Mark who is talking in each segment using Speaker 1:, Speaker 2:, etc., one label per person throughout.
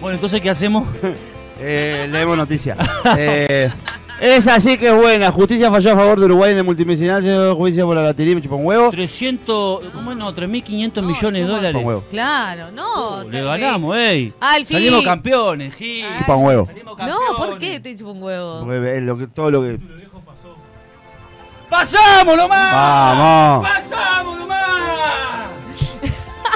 Speaker 1: Bueno, entonces, ¿qué hacemos?
Speaker 2: Eh, leemos noticias. Eh, es así que es buena. Justicia falló a favor de Uruguay en el multimedicinal. Yo juicio por la latiría, me chupa un huevo.
Speaker 1: 300, ¿cómo no? 3.500 millones de
Speaker 2: chupa
Speaker 1: dólares. Uh,
Speaker 2: un huevo.
Speaker 3: Claro, no.
Speaker 1: Le
Speaker 3: tal-
Speaker 1: ganamos, ey.
Speaker 3: Al fin.
Speaker 1: Salimos campeones, Gil.
Speaker 3: Ay.
Speaker 2: Chupa un huevo.
Speaker 1: Salimos
Speaker 3: No,
Speaker 1: eh. campeones.
Speaker 3: ¿por qué te chupa un huevo?
Speaker 2: Porque es lo que- todo lo que.
Speaker 1: ¡Pasamos nomás!
Speaker 2: ¡Vamos!
Speaker 1: ¡Pasamos nomás!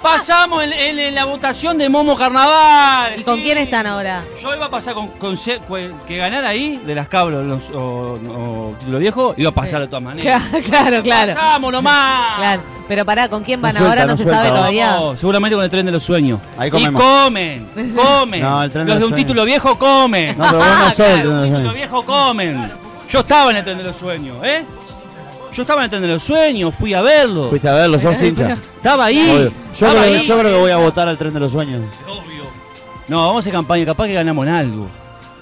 Speaker 1: Pasamos en, en- en la votación de Momo Carnaval.
Speaker 3: ¿Y con
Speaker 1: Gil.
Speaker 3: quién están ahora?
Speaker 1: Yo iba a pasar con, con se- cue- que ganar ahí, de las cabros los- o, o título viejo, iba a pasar de todas maneras.
Speaker 3: Claro, claro, claro.
Speaker 1: ¡Pasamos nomás!
Speaker 3: Claro. Pero pará, ¿con quién
Speaker 2: No
Speaker 3: van
Speaker 2: suelta,
Speaker 3: ahora?
Speaker 2: no
Speaker 3: No se
Speaker 2: suelta,
Speaker 3: sabe
Speaker 2: vamos.
Speaker 3: todavía.
Speaker 1: No, seguramente con el tren de los sueños.
Speaker 2: Ahí
Speaker 1: y
Speaker 2: comemos.
Speaker 1: comen, comen.
Speaker 2: No, el tren de
Speaker 1: los de
Speaker 2: los
Speaker 1: un
Speaker 2: sueños.
Speaker 1: título viejo comen.
Speaker 2: No, pero vos no
Speaker 1: Ah,
Speaker 2: sos
Speaker 1: claro,
Speaker 2: el tren de los
Speaker 1: un título
Speaker 2: sueños.
Speaker 1: viejo comen. Yo estaba en el tren de los sueños, ¿eh? Yo estaba en el tren de los sueños, fui a verlo.
Speaker 2: Fuiste a verlo, sos hincha.
Speaker 1: Estaba ahí.
Speaker 2: Obvio. Yo,
Speaker 1: estaba
Speaker 2: creo,
Speaker 1: ahí.
Speaker 2: yo creo que voy a votar al tren de los sueños.
Speaker 1: No, vamos a hacer campaña, capaz que ganamos en algo.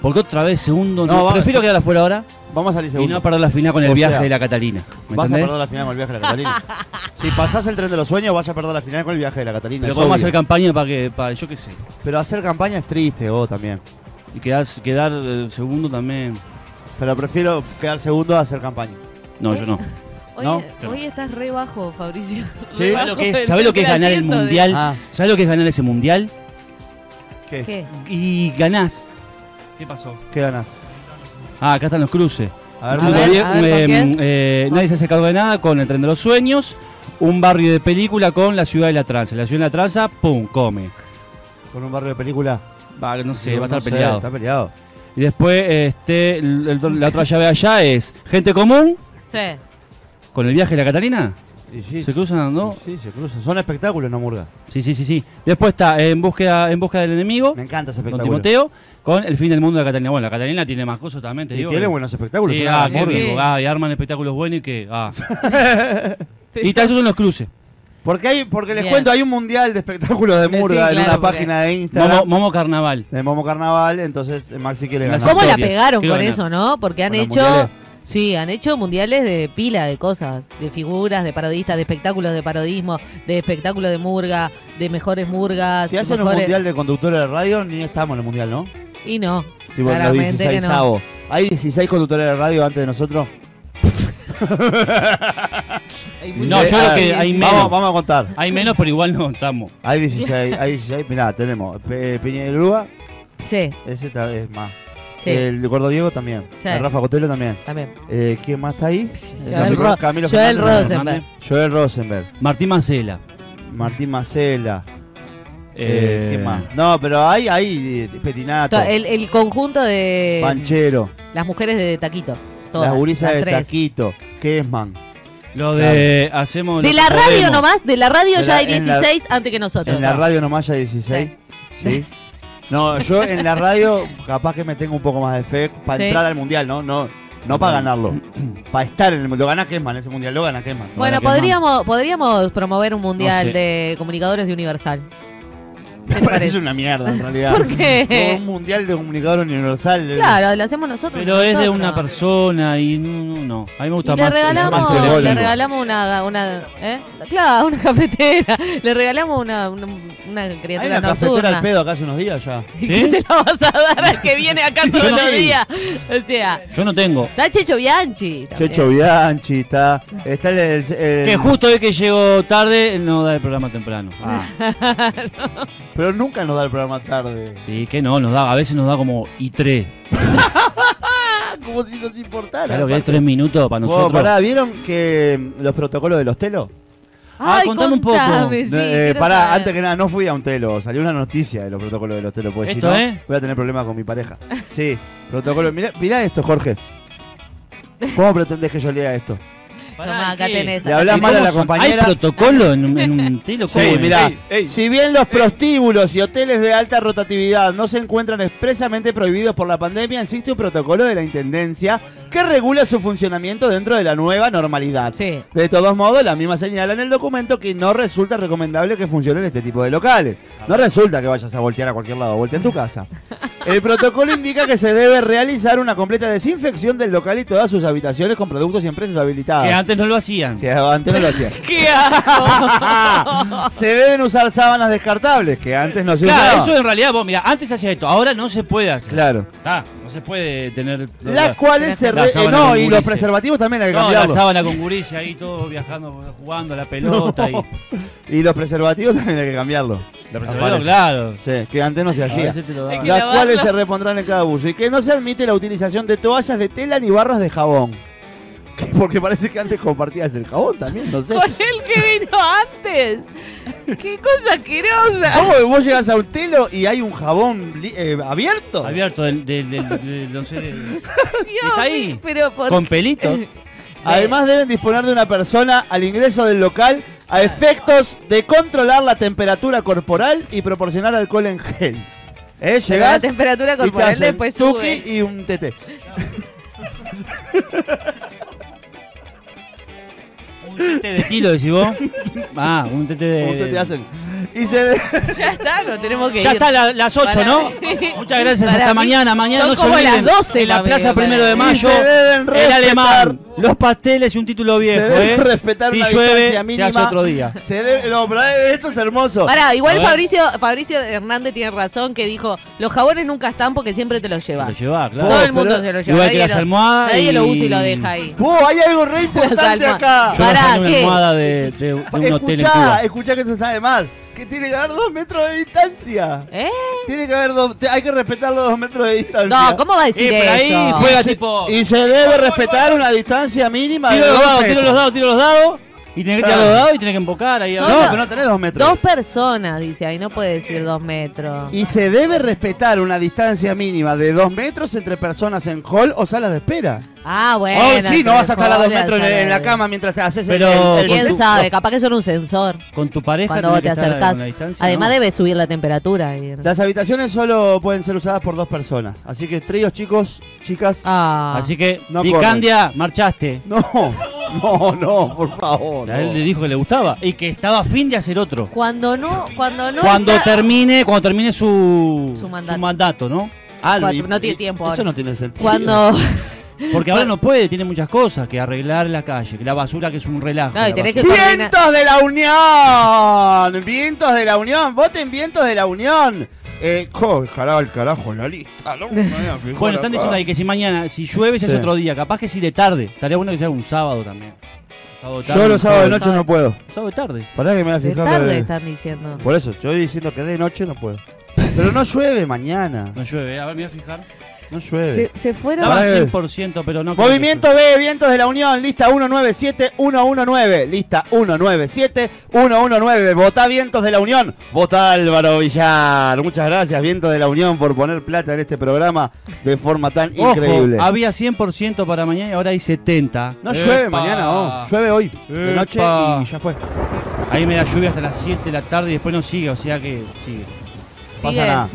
Speaker 1: Porque otra vez, segundo,
Speaker 2: No,
Speaker 1: no.
Speaker 2: vamos-
Speaker 1: prefiero quedar afuera ahora
Speaker 2: Vamos a salir
Speaker 1: y no
Speaker 2: segundo.
Speaker 1: perder la final con el
Speaker 2: O
Speaker 1: viaje
Speaker 2: sea,
Speaker 1: de la Catalina. ¿Me
Speaker 2: vas a
Speaker 1: entendés?
Speaker 2: perder la final con el viaje de la Catalina. si pasás el tren de los sueños, vas a perder la final con el viaje de la Catalina.
Speaker 1: Pero
Speaker 2: es
Speaker 1: podemos
Speaker 2: obvio.
Speaker 1: hacer campaña para que, para, yo qué sé.
Speaker 2: Pero hacer campaña es triste, vos también.
Speaker 1: Y quedás- quedar eh, segundo también.
Speaker 2: Pero prefiero quedar segundo a hacer campaña.
Speaker 1: No, yo no.
Speaker 3: Hoy,
Speaker 2: No.
Speaker 3: hoy estás re bajo, Fabricio.
Speaker 2: Sí. ¿Sabés
Speaker 3: Re
Speaker 1: lo
Speaker 3: bajo
Speaker 1: que es-
Speaker 3: del
Speaker 1: sabés lo que es ganar el
Speaker 3: 3% de-
Speaker 1: mundial?
Speaker 2: Ah,
Speaker 1: ¿Sabes lo que es ganar ese mundial?
Speaker 2: ¿qué? ¿Qué,
Speaker 3: ¿Qué?
Speaker 1: Y ganás. ¿Qué pasó?
Speaker 2: ganas?
Speaker 1: Ah, acá están los cruces.
Speaker 2: A ver,
Speaker 3: A
Speaker 1: Título
Speaker 3: ver,
Speaker 1: die-
Speaker 3: a ver, ¿con
Speaker 1: eh,
Speaker 3: quién?
Speaker 1: eh, nadie se hace cargo de nada con el tren de los sueños. Un barrio de película con la ciudad de la tranza. La ciudad de la tranza, pum, come.
Speaker 2: con un barrio de película.
Speaker 1: Va, no sé,
Speaker 2: Digo,
Speaker 1: va a
Speaker 2: no
Speaker 1: estar
Speaker 2: sé,
Speaker 1: peleado.
Speaker 2: Está peleado.
Speaker 1: Y después, este, el- el- la otra llave allá es gente común
Speaker 3: Sí.
Speaker 1: con el viaje de la Catalina.
Speaker 2: Y sí,
Speaker 1: ¿Se cruzan, no?
Speaker 2: Sí, se cruzan. Son espectáculos, no murga.
Speaker 1: Sí, sí, sí, sí. Después está en búsqueda, en búsqueda del enemigo.
Speaker 2: Me encanta ese
Speaker 1: Con
Speaker 2: espectáculo.
Speaker 1: Timoteo, con el fin del mundo de la Catalina. Bueno, la Catalina tiene más cosas también, te
Speaker 2: Y
Speaker 1: digo.
Speaker 2: tiene
Speaker 1: que-
Speaker 2: buenos espectáculos.
Speaker 1: Sí,
Speaker 2: son
Speaker 1: ah,
Speaker 2: una
Speaker 1: qué
Speaker 2: murga.
Speaker 3: sí.
Speaker 1: rico, ah, y arman espectáculos buenos y que. Ah. y tal, esos son los cruces.
Speaker 2: Porque, hay, porque les
Speaker 3: Bien.
Speaker 2: cuento, hay un mundial de espectáculos de
Speaker 3: Sí,
Speaker 2: murga en
Speaker 3: claro,
Speaker 2: una
Speaker 3: porque-
Speaker 2: página de Instagram.
Speaker 1: Momo, Momo Carnaval.
Speaker 2: De Momo Carnaval, entonces eh, Maxi quiere
Speaker 1: Las
Speaker 2: ganar.
Speaker 3: ¿Cómo la
Speaker 1: historias.
Speaker 3: pegaron
Speaker 1: Quiero
Speaker 3: con
Speaker 1: ganar.
Speaker 3: eso, no? Porque han
Speaker 2: Con los
Speaker 3: hecho.
Speaker 2: mundiales.
Speaker 3: Sí, han hecho mundiales de pila de cosas, de figuras, de parodistas, de espectáculos de parodismo, de espectáculos de murga, de mejores murgas.
Speaker 2: Si hacen un
Speaker 3: mejores-
Speaker 2: mundial de conductores de radio, ni estamos en el mundial, ¿no?
Speaker 3: Y no.
Speaker 2: Tipo, en los
Speaker 3: claramente que
Speaker 2: 16
Speaker 3: no.
Speaker 2: ¿Hay 16 conductores de radio antes de nosotros?
Speaker 3: Hay
Speaker 1: No,
Speaker 3: muchos-
Speaker 1: yo
Speaker 2: Ah,
Speaker 1: creo que hay menos.
Speaker 2: Vamos, vamos a contar.
Speaker 1: Hay menos, pero igual no estamos.
Speaker 2: Hay 16, hay 16. Mirá, tenemos eh, Pe- Piñerúa,
Speaker 3: Sí,
Speaker 2: ese ta- es más.
Speaker 3: sí,
Speaker 2: El gordo Diego también.
Speaker 3: Sí.
Speaker 2: El Rafa Cotelo también.
Speaker 3: también.
Speaker 2: Eh, ¿Quién más está ahí? Eh,
Speaker 3: Joel,
Speaker 2: Camilo-
Speaker 3: Ro-
Speaker 2: Camilo
Speaker 3: Joel
Speaker 2: Fernández.
Speaker 3: Rosenberg.
Speaker 2: Joel Rosenberg.
Speaker 1: Martín Macela.
Speaker 2: Martín Macela.
Speaker 1: Eh,
Speaker 2: ¿Quién más? No, pero hay, hay eh, Petinato,
Speaker 3: To- El, el conjunto de
Speaker 2: Panchero,
Speaker 3: las mujeres de Taquito. Todas,
Speaker 2: las gurisas
Speaker 3: las
Speaker 2: de
Speaker 3: tres.
Speaker 2: Taquito, Kesman.
Speaker 1: Lo de. Hacemos.
Speaker 3: De
Speaker 1: lo
Speaker 3: la
Speaker 1: que
Speaker 3: radio
Speaker 1: podemos.
Speaker 3: nomás, de la radio
Speaker 2: De
Speaker 3: ya
Speaker 2: la-
Speaker 3: hay
Speaker 2: en la-
Speaker 3: 16 antes que nosotros.
Speaker 2: En la radio nomás ya 16. Sí. No, yo en la radio capaz que me tengo un poco más de fe para
Speaker 3: Sí.
Speaker 2: entrar al mundial, ¿no? No, no para ganarlo. Para estar en el mundial. Lo gana Kesman, ese mundial lo gana Kesman.
Speaker 3: Bueno,
Speaker 1: Ahora que es
Speaker 3: podríamos, podríamos promover un mundial
Speaker 1: No sé.
Speaker 3: de comunicadores de Universal. ¿Qué te
Speaker 2: Me parece
Speaker 3: parece?
Speaker 2: una mierda en realidad.
Speaker 3: ¿Por qué?
Speaker 2: No, un mundial de comunicador universal. eh,
Speaker 3: Claro, lo hacemos nosotros.
Speaker 1: Pero es de
Speaker 3: nosotros.
Speaker 1: una persona y no, no, no. A mí me
Speaker 3: Y
Speaker 1: gusta
Speaker 3: le
Speaker 1: más.
Speaker 3: regalamos,
Speaker 1: más colectivo.
Speaker 3: le regalamos una, una ¿eh? claro, una cafetera, le regalamos una, una, una
Speaker 2: Hay
Speaker 3: criatura
Speaker 2: una cafetera
Speaker 3: nocturna.
Speaker 2: al pedo acá hace unos días ya.
Speaker 3: ¿Y
Speaker 1: ¿Sí?
Speaker 3: ¿Qué se la vas a dar al que viene acá todos
Speaker 2: no
Speaker 3: los
Speaker 2: vi.
Speaker 3: días? O sea,
Speaker 1: Yo no tengo.
Speaker 3: está Checho Bianchi. también.
Speaker 2: Checho Bianchi está. Está el. el- el-
Speaker 1: Que justo es que llego tarde, no da el programa temprano.
Speaker 2: Ah. Pero nunca nos da el programa tarde.
Speaker 1: Sí, que no, nos da, a veces nos da como y tres.
Speaker 2: Ah, como si nos importara.
Speaker 1: Claro que es
Speaker 2: aparte.
Speaker 1: tres minutos para
Speaker 2: Vos,
Speaker 1: nosotros.
Speaker 2: pará, ¿vieron que mm, los protocolos de los telos?
Speaker 1: Ah,
Speaker 3: Ay,
Speaker 1: contame un poco.
Speaker 3: contame, sí,
Speaker 2: No, eh,
Speaker 3: quiero
Speaker 2: pará,
Speaker 3: saber.
Speaker 2: antes que nada, no fui a un telo. Salió una noticia de los protocolos de los telos. Porque si
Speaker 1: ¿Esto,
Speaker 2: no,
Speaker 1: eh?
Speaker 2: voy a tener problemas con mi pareja. Sí, protocolo. Mirá, mirá esto, Jorge. ¿Cómo pretendés que yo lea esto?
Speaker 1: Pará,
Speaker 3: Tomá, acá
Speaker 1: ¿qué?
Speaker 3: tenés.
Speaker 2: Le hablás
Speaker 1: ¿Y
Speaker 2: mal a
Speaker 1: cómo
Speaker 2: la
Speaker 1: son?
Speaker 2: compañera.
Speaker 1: ¿Hay protocolo en, un- en un telo? ¿Cómo
Speaker 2: Sí,
Speaker 1: es?
Speaker 2: mirá.
Speaker 4: Ey, ey.
Speaker 2: si bien los prostíbulos y hoteles de alta rotatividad no se encuentran expresamente prohibidos por la pandemia, existe un protocolo de la Intendencia que regula su funcionamiento dentro de la nueva normalidad.
Speaker 3: Sí.
Speaker 2: De todos modos, la misma señala en el documento que no resulta
Speaker 1: Ah.
Speaker 2: recomendable que funcionen este tipo de locales. No resulta que vayas a voltear a cualquier lado, voltea en tu casa. El protocolo indica que se debe realizar una completa desinfección del local y todas sus habitaciones con productos y empresas
Speaker 1: Que
Speaker 2: habilitadas.
Speaker 1: antes no lo hacían.
Speaker 2: Que antes no lo hacían.
Speaker 3: ¡Qué asco!
Speaker 2: Se deben usar sábanas descartables, que antes no se
Speaker 1: Claro,
Speaker 2: usaban.
Speaker 1: eso en realidad, vos, mira, antes se hacía esto, ahora no se puede hacer.
Speaker 2: Claro.
Speaker 1: Está, no se puede tener.
Speaker 2: Las cuales se...
Speaker 1: La
Speaker 2: re- eh,
Speaker 1: sábana
Speaker 2: no,
Speaker 1: con
Speaker 2: y los
Speaker 1: gurises.
Speaker 2: preservativos también hay que
Speaker 1: No, la
Speaker 2: cambiarlos.
Speaker 1: sábana con gurises ahí, todos viajando, jugando a la pelota. Y,
Speaker 2: Y los preservativos también hay que cambiarlos.
Speaker 1: la
Speaker 2: Aparece.
Speaker 1: claro.
Speaker 2: Sí, que antes no se
Speaker 1: A
Speaker 2: hacía.
Speaker 1: veces te lo
Speaker 3: Es
Speaker 1: dan.
Speaker 3: que
Speaker 2: Las
Speaker 3: lavarlo.
Speaker 2: cuales se repondrán en cada buzo. Y que no se admite la utilización de toallas de tela ni barras de jabón. Que- Porque parece que antes compartías el jabón también, no sé.
Speaker 3: Con el que vino antes. ¡Qué cosa asquerosa!
Speaker 2: ¿Cómo que vos llegas a un telo y hay un jabón li- eh, abierto?
Speaker 1: Abierto del, del, del- del- no sé, del-
Speaker 3: Dios
Speaker 1: Está
Speaker 3: mío,
Speaker 1: ahí.
Speaker 3: Pero por...
Speaker 1: con pelitos.
Speaker 2: Además deben disponer de una persona al ingreso del local a efectos de controlar la temperatura corporal y proporcionar alcohol en gel. ¿Eh?
Speaker 3: Pero la
Speaker 2: Llegás y
Speaker 3: temperatura
Speaker 2: te
Speaker 3: corporal
Speaker 2: hacen
Speaker 3: después
Speaker 2: tuki
Speaker 3: sube.
Speaker 2: y un tete.
Speaker 1: Un tete de tilo, decís vos. Ah, un tete de.
Speaker 2: Un tete hacen. Y se de-
Speaker 3: Ya está, nos tenemos que
Speaker 1: Ya
Speaker 3: ir.
Speaker 1: está la- las 8,
Speaker 3: Para
Speaker 1: ¿no?
Speaker 3: mí-
Speaker 1: Muchas gracias,
Speaker 3: para
Speaker 1: hasta
Speaker 3: mí
Speaker 1: mañana. Mañana
Speaker 3: son
Speaker 1: no se
Speaker 3: como
Speaker 1: olviden,
Speaker 3: las 12,
Speaker 1: en la
Speaker 3: Pablo,
Speaker 1: plaza
Speaker 3: para
Speaker 1: primero
Speaker 3: mí.
Speaker 1: de
Speaker 3: Y
Speaker 1: mayo.
Speaker 2: se deben
Speaker 1: El
Speaker 2: respetar.
Speaker 1: alemán, los pasteles y un título viejo,
Speaker 2: Se debe
Speaker 1: ¿eh?
Speaker 2: respetar
Speaker 1: si
Speaker 2: la
Speaker 1: llueve,
Speaker 2: distancia
Speaker 1: se
Speaker 2: mínima.
Speaker 1: hace otro día.
Speaker 2: se debe- no, pero eh, esto es hermoso.
Speaker 3: Pará,
Speaker 1: A
Speaker 3: igual
Speaker 1: ver.
Speaker 3: Fabricio, Fabricio Hernández tiene razón que dijo, los jabones nunca están porque siempre te los
Speaker 1: Lo
Speaker 3: llevas.
Speaker 1: lleva, claro.
Speaker 3: Todo
Speaker 2: Vos,
Speaker 3: el mundo
Speaker 2: pero-
Speaker 3: se lo lleva.
Speaker 1: Igual que
Speaker 3: nadie
Speaker 1: las
Speaker 3: lo-
Speaker 1: almohadas.
Speaker 3: Nadie
Speaker 1: y-
Speaker 3: lo usa y lo deja ahí.
Speaker 2: Vos, hay algo re importante
Speaker 3: Salma.
Speaker 2: acá.
Speaker 1: Yo voy a
Speaker 3: Pará,
Speaker 1: hacer una
Speaker 3: ¿qué?
Speaker 1: almohada de, de- de un hotel en Cuba.
Speaker 2: Escuchá, escuchá que esto está de mal. Que tiene que haber dos metros de distancia.
Speaker 3: ¿Eh?
Speaker 2: Tiene que haber dos. te- Hay que respetar los dos metros de distancia.
Speaker 3: No, ¿cómo va a decir
Speaker 1: Eh, pero ahí
Speaker 3: eso?
Speaker 1: juega-
Speaker 2: Y se-
Speaker 1: tipo-
Speaker 2: Y se debe respetar una distancia mínima
Speaker 1: Tiro
Speaker 2: de
Speaker 1: los
Speaker 2: dos
Speaker 1: dados,
Speaker 2: metros.
Speaker 1: tiro los dados, tiro los dados. Y tenés que tirar
Speaker 2: Claro.
Speaker 1: los dados y tenés que embocar ahí.
Speaker 3: Ah. Son
Speaker 1: abajo.
Speaker 2: No,
Speaker 3: Hola.
Speaker 2: pero no tenés dos metros.
Speaker 3: Dos personas, dice ahí, no puede decir dos metros.
Speaker 2: Y se debe respetar una distancia mínima de dos metros entre personas en hall o salas de espera.
Speaker 3: Ah, bueno.
Speaker 2: Oh, sí, no
Speaker 3: pero
Speaker 2: vas a estar a dos
Speaker 3: joder,
Speaker 2: metros en,
Speaker 3: sala
Speaker 2: en la
Speaker 3: de-
Speaker 2: cama mientras te haces el-
Speaker 1: Pero-
Speaker 2: el, el
Speaker 1: con
Speaker 3: ¿Quién
Speaker 1: tu-
Speaker 3: sabe? Capaz que son un sensor
Speaker 1: Con tu pareja
Speaker 3: cuando
Speaker 1: tenés
Speaker 3: vos
Speaker 1: que
Speaker 3: te
Speaker 1: estar a
Speaker 3: acercás.
Speaker 1: una distancia,
Speaker 3: Además
Speaker 1: ¿no?
Speaker 3: debe subir la temperatura. ahí.
Speaker 2: Las habitaciones solo pueden ser usadas por dos personas. Así que tríos, chicos, chicas.
Speaker 3: Ah.
Speaker 1: Así que,
Speaker 2: No
Speaker 1: Vicandia, marchaste.
Speaker 2: No, no, no, por favor.
Speaker 1: A él
Speaker 2: no.
Speaker 1: le dijo que le gustaba y que estaba a fin de hacer otro.
Speaker 3: Cuando no, cuando no.
Speaker 1: Cuando
Speaker 3: está-
Speaker 1: termine, cuando termine su,
Speaker 3: Su mandato.
Speaker 1: ¿no?
Speaker 2: Ah,
Speaker 3: Cuatro-
Speaker 2: y-
Speaker 3: no tiene
Speaker 2: y-
Speaker 3: tiempo
Speaker 2: Eso
Speaker 3: ahora.
Speaker 2: no tiene sentido.
Speaker 3: Cuando.
Speaker 1: Porque ahora no puede, tiene muchas cosas que arreglar en la calle, que la basura que es un relajo.
Speaker 3: No, y
Speaker 1: la
Speaker 3: tenés
Speaker 1: basura.
Speaker 3: que coordinar.
Speaker 2: ¡Vientos de la Unión! ¡Vientos de la Unión! ¡Voten Vientos de la Unión! Eh, jo, carajo, el carajo, la lista. ¿no? Me voy a fijar
Speaker 1: Bueno, están
Speaker 2: acá.
Speaker 1: diciendo ahí que si mañana, si llueve, se hace
Speaker 2: Sí.
Speaker 1: otro día. Capaz que si de tarde. Estaría bueno que sea un sábado también. Un sábado tarde,
Speaker 2: Yo
Speaker 1: un
Speaker 2: los sábados de
Speaker 1: sábado-
Speaker 2: noche no puedo.
Speaker 1: Sábado de tarde.
Speaker 2: Pará que me voy a
Speaker 3: De
Speaker 2: fijar. lo
Speaker 3: tarde
Speaker 2: de-
Speaker 3: están diciendo.
Speaker 2: Por eso, yo estoy diciendo que de noche no puedo. Pero no llueve mañana.
Speaker 1: No llueve, eh. a ver, me voy a fijar.
Speaker 2: No llueve.
Speaker 3: Se, se fueron.
Speaker 1: Daba
Speaker 2: Pará que-
Speaker 1: 100%, pero no. creo que
Speaker 2: Movimiento B, Vientos de la Unión, lista 197-119, lista 197-119, votá Vientos de la Unión, votá Álvaro Villar. Muchas gracias Vientos de la Unión por poner plata en este programa de forma tan
Speaker 1: llueva. Ojo,
Speaker 2: increíble.
Speaker 1: había 100% para mañana y ahora hay 70.
Speaker 2: No llueve
Speaker 1: Epa.
Speaker 2: mañana, oh. no, llueve hoy, de
Speaker 1: Epa.
Speaker 2: noche y ya fue.
Speaker 1: Ahí me da lluvia hasta las 7 de la tarde y después no sigue, o sea que sigue.
Speaker 2: Pasa
Speaker 3: Sigue,
Speaker 2: nada.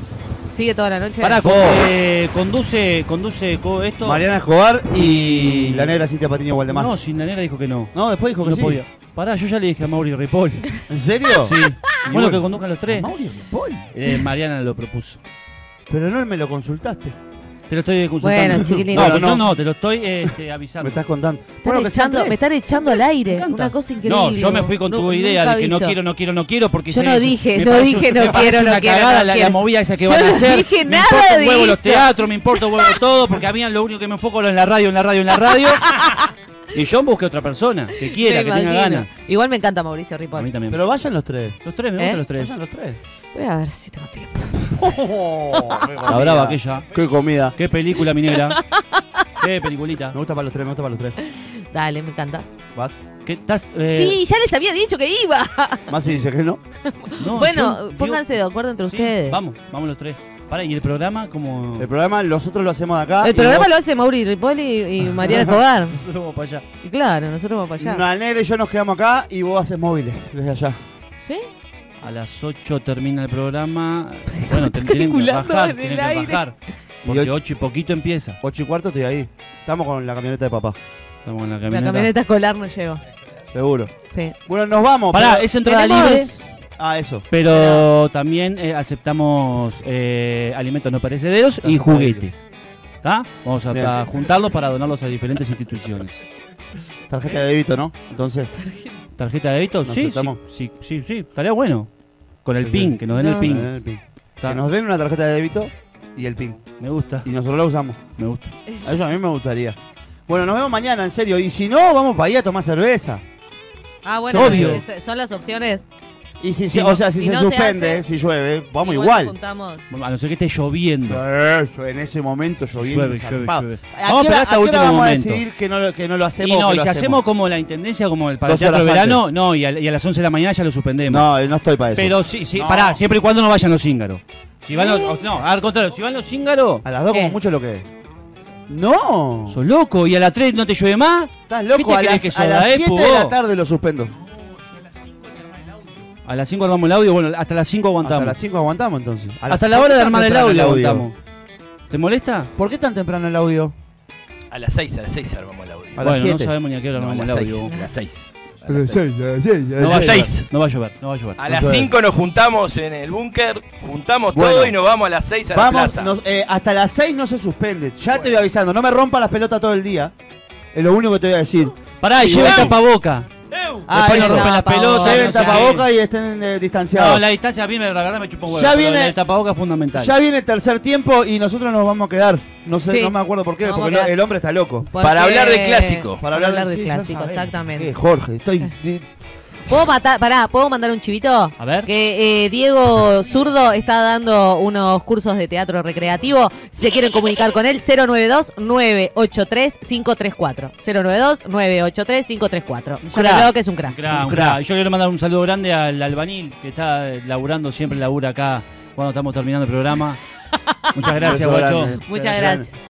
Speaker 3: sigue toda la noche.
Speaker 1: Pará,
Speaker 2: Vos.
Speaker 1: con- eh, conduce, conduce co- esto.
Speaker 2: Mariana Escobar y la negra Cintia Patiño Gualdemar.
Speaker 1: No,
Speaker 2: No,
Speaker 1: sin la negra dijo que no.
Speaker 2: después dijo que
Speaker 1: no
Speaker 2: sí.
Speaker 1: podía. Pará, yo ya le dije a Mauri Ripoll.
Speaker 2: ¿En serio?
Speaker 1: Sí.
Speaker 2: bueno.
Speaker 1: bueno, que conduzcan los tres.
Speaker 2: Mauri Ripoll.
Speaker 1: Eh, Mariana lo propuso.
Speaker 2: Pero no me lo consultaste.
Speaker 1: Te lo estoy consultando.
Speaker 3: Bueno, chiquilín.
Speaker 1: No,
Speaker 2: No,
Speaker 1: pero
Speaker 2: no.
Speaker 1: no, no, te lo estoy este,
Speaker 2: Me
Speaker 1: avisando.
Speaker 2: estás contando.
Speaker 3: Están
Speaker 2: Bueno, que sean
Speaker 3: echando-
Speaker 2: tres.
Speaker 3: me están echando al
Speaker 1: Me
Speaker 3: aire.
Speaker 1: encanta.
Speaker 3: Una cosa increíble.
Speaker 1: No, yo me fui con tu
Speaker 3: Nu-
Speaker 1: idea
Speaker 3: nunca
Speaker 1: de que no
Speaker 3: visto.
Speaker 1: quiero, no quiero, no quiero porque
Speaker 3: Yo
Speaker 1: se-
Speaker 3: no
Speaker 1: se-
Speaker 3: dije,
Speaker 1: me
Speaker 3: no
Speaker 1: parece-
Speaker 3: dije, no
Speaker 1: me parece
Speaker 3: quiero, no
Speaker 1: una
Speaker 3: quiero,
Speaker 1: cagada
Speaker 3: no
Speaker 1: la, la
Speaker 3: quiero.
Speaker 1: movida esa que
Speaker 3: Yo
Speaker 1: van a
Speaker 3: no
Speaker 1: hacer.
Speaker 3: dije
Speaker 1: me
Speaker 3: nada
Speaker 1: importa un
Speaker 3: de
Speaker 1: huevo los
Speaker 3: eso.
Speaker 1: teatros, me importa un huevo todo, porque a mí lo único que me enfoco es en la radio, en la radio, en la radio. Y yo busqué otra persona que quiera,
Speaker 3: Me
Speaker 1: que tenga
Speaker 3: imagino.
Speaker 1: ganas.
Speaker 3: Igual me encanta Mauricio
Speaker 1: A mí
Speaker 3: Ripoll.
Speaker 1: también.
Speaker 2: Pero vayan los tres.
Speaker 1: los tres, me
Speaker 3: ¿Eh?
Speaker 1: gustan los tres.
Speaker 2: Vayan los tres.
Speaker 3: Voy a ver si tengo tiempo.
Speaker 1: La brava aquella.
Speaker 2: Qué comida.
Speaker 1: Qué película, minera. Qué peliculita.
Speaker 2: Me gusta para los tres, me gusta para los tres.
Speaker 3: Dale, me encanta.
Speaker 2: ¿Vas?
Speaker 1: ¿Qué estás? eh,
Speaker 3: Sí, ya les había dicho que iba.
Speaker 2: Más si dice que no.
Speaker 1: no, yo
Speaker 3: bueno,
Speaker 1: digo-
Speaker 3: pónganse de acuerdo entre
Speaker 1: Sí,
Speaker 3: ustedes.
Speaker 1: Vamos, vamos los tres. Para, ¿y el programa como
Speaker 2: El programa nosotros lo hacemos
Speaker 1: Ah,
Speaker 2: acá.
Speaker 3: El programa lo hace Mauri Ripoll y, y Mariana Escobar.
Speaker 1: Nosotros vamos para allá.
Speaker 3: Y claro, nosotros vamos para allá.
Speaker 2: Nanere y yo nos quedamos acá y vos haces móviles desde allá.
Speaker 3: ¿Sí?
Speaker 1: A las 8 termina el programa. Bueno, te-
Speaker 3: Está
Speaker 1: tienen que
Speaker 3: calculando
Speaker 1: bajar,
Speaker 3: en
Speaker 1: tienen
Speaker 3: el
Speaker 1: que
Speaker 3: aire.
Speaker 1: bajar.
Speaker 2: Y
Speaker 1: Porque
Speaker 2: ocho-
Speaker 1: 8 y poquito empieza.
Speaker 2: Ocho y cuarto estoy ahí. Estamos con la camioneta de papá,
Speaker 1: Estamos en la
Speaker 3: La
Speaker 1: camioneta.
Speaker 3: camioneta escolar no lleva.
Speaker 2: seguro.
Speaker 3: Sí.
Speaker 2: Bueno, nos vamos.
Speaker 1: Pará,
Speaker 2: pero-
Speaker 1: es entrada
Speaker 3: Tenemos-
Speaker 1: libre.
Speaker 2: Ah, eso.
Speaker 1: Pero
Speaker 3: Pero-
Speaker 1: también eh, aceptamos eh, alimentos no perecederos y juguetes. ¿Está? Vamos a,
Speaker 2: Bien.
Speaker 1: a juntarlos para donarlos a diferentes instituciones.
Speaker 2: Tarjeta de débito, ¿no? Entonces,
Speaker 1: ¿Tarjeta de débito?
Speaker 2: ¿Lo
Speaker 1: Sí, sí,
Speaker 2: aceptamos?
Speaker 1: sí, sí, sí, estaría bueno. Con el
Speaker 2: Sí,
Speaker 1: PIN,
Speaker 2: sí.
Speaker 1: que nos den
Speaker 3: No,
Speaker 1: el PIN.
Speaker 2: eh, el pin.
Speaker 1: Está.
Speaker 2: que nos den una tarjeta de débito y el PIN.
Speaker 1: Me gusta,
Speaker 2: Y nosotros la usamos.
Speaker 1: me gusta.
Speaker 2: A Eso a mí me gustaría. Bueno, nos vemos mañana, en serio. Y si no, vamos para allá a tomar cerveza.
Speaker 3: Ah, bueno,
Speaker 1: Obvio.
Speaker 3: es- son las opciones.
Speaker 2: Y si,
Speaker 1: Si
Speaker 2: se-
Speaker 1: no-
Speaker 2: o sea, si,
Speaker 3: si
Speaker 2: se
Speaker 3: no se
Speaker 2: suspende,
Speaker 3: hace,
Speaker 2: si llueve, vamos
Speaker 3: Igual
Speaker 2: igual.
Speaker 3: nos juntamos.
Speaker 1: A no ser que esté lloviendo.
Speaker 2: Eso, en ese momento lloviendo.
Speaker 1: Llueve, llueve,
Speaker 2: zarpado.
Speaker 1: llueve. Vamos a
Speaker 2: ¿A qué hora-
Speaker 1: esperar hasta
Speaker 2: a qué hora
Speaker 1: último
Speaker 2: vamos
Speaker 1: momento.
Speaker 2: a decidir que no, lo- que no lo hacemos?
Speaker 1: Y no,
Speaker 2: o
Speaker 1: y
Speaker 2: lo
Speaker 1: si hacemos como la intendencia, como el para el
Speaker 2: Dos horas
Speaker 1: teatro de verano,
Speaker 2: antes.
Speaker 1: no, y a, y a las 11 de la mañana ya lo suspendemos.
Speaker 2: No, eh, no estoy para eso.
Speaker 1: Pero sí, sí,
Speaker 2: No.
Speaker 1: pará, siempre y cuando no vayan los cíngaros. Si van los, no, al contrario, si van los cíngaros,
Speaker 2: A las dos como
Speaker 3: ¿Qué?
Speaker 2: mucho lo que es. No.
Speaker 1: sos loco, y a las 3 no te llueve más,
Speaker 2: Estás loco.
Speaker 1: ¿Viste
Speaker 2: A
Speaker 1: que
Speaker 2: las,
Speaker 1: que
Speaker 2: a
Speaker 1: soda,
Speaker 2: las
Speaker 1: eh,
Speaker 2: 7 de
Speaker 1: pugó?
Speaker 2: la tarde lo suspendo.
Speaker 1: a las 5 armamos el audio, bueno, hasta las 5 aguantamos.
Speaker 2: Hasta
Speaker 1: Hasta,
Speaker 2: las 5 aguantamos entonces. A las-
Speaker 1: la
Speaker 2: ¿Por
Speaker 1: hora
Speaker 2: qué
Speaker 1: de
Speaker 2: tan
Speaker 1: armar el
Speaker 2: temprano
Speaker 1: audio, aguantamos. ¿Te molesta?
Speaker 2: ¿Por qué tan temprano el audio?
Speaker 4: A las 6, a las 6 armamos el audio.
Speaker 2: A las
Speaker 1: bueno, no
Speaker 2: siete.
Speaker 1: sabemos ni a qué hora
Speaker 4: No, a
Speaker 1: armamos
Speaker 4: las
Speaker 1: el
Speaker 4: 6.
Speaker 1: audio.
Speaker 4: A las 6.
Speaker 2: A las 6,
Speaker 1: No
Speaker 2: a las 6,
Speaker 1: va, a
Speaker 4: las
Speaker 1: llover,
Speaker 4: seis.
Speaker 1: no va a llover, no va a llover.
Speaker 4: A
Speaker 2: No
Speaker 4: las
Speaker 2: llueve.
Speaker 4: 5 nos juntamos en el búnker, juntamos
Speaker 2: Bueno.
Speaker 4: todo y nos vamos a las 6 a la
Speaker 2: Vamos,
Speaker 4: plaza.
Speaker 2: nos- eh, hasta las 6 no se suspende. Ya te
Speaker 4: Bueno.
Speaker 2: voy avisando. No me rompa las pelotas todo el día. Es lo único que te voy a decir.
Speaker 1: Pará, y
Speaker 2: Sí,
Speaker 1: lleva
Speaker 2: bueno.
Speaker 1: tapaboca.
Speaker 4: ¡Eu!
Speaker 2: Ah,
Speaker 1: Después nos
Speaker 2: eso.
Speaker 1: rompen las
Speaker 3: Tapabocas,
Speaker 1: pelotas.
Speaker 2: Lleven
Speaker 1: no sé
Speaker 2: tapabocas
Speaker 1: qué.
Speaker 2: y estén eh, distanciados.
Speaker 1: No, la distancia viene, la verdad me chupa un huevo.
Speaker 2: Ya
Speaker 1: pero
Speaker 2: viene-
Speaker 1: El tapaboca es fundamental.
Speaker 2: Ya viene el tercer tiempo y nosotros nos vamos a quedar. No sé,
Speaker 3: Sí.
Speaker 2: no me acuerdo por qué,
Speaker 3: Nos vamos
Speaker 2: porque
Speaker 3: a
Speaker 2: no-
Speaker 3: quedar.
Speaker 2: el hombre está loco.
Speaker 3: Porque-
Speaker 4: Para hablar de clásico.
Speaker 3: Para hablar, de
Speaker 2: sí, ya
Speaker 3: clásico,
Speaker 2: sabemos.
Speaker 3: exactamente.
Speaker 2: Eh, Jorge, estoy.
Speaker 3: ¿Puedo, matar- pará, ¿Puedo mandar un chivito?
Speaker 1: A ver.
Speaker 3: Que eh, Diego Zurdo está dando unos cursos de teatro recreativo. Si se quieren comunicar con él, 092-983-534. 092-983-534.
Speaker 2: Un
Speaker 3: Yo
Speaker 2: crack.
Speaker 3: creo que es un crack.
Speaker 1: Gran,
Speaker 2: Un crack.
Speaker 1: gran. Y Yo quiero mandar un saludo grande al albanil que está eh, laburando siempre, labura acá cuando estamos terminando el programa. Muchas gracias,
Speaker 2: Beso
Speaker 1: guacho.
Speaker 2: grande.
Speaker 3: Muchas gracias.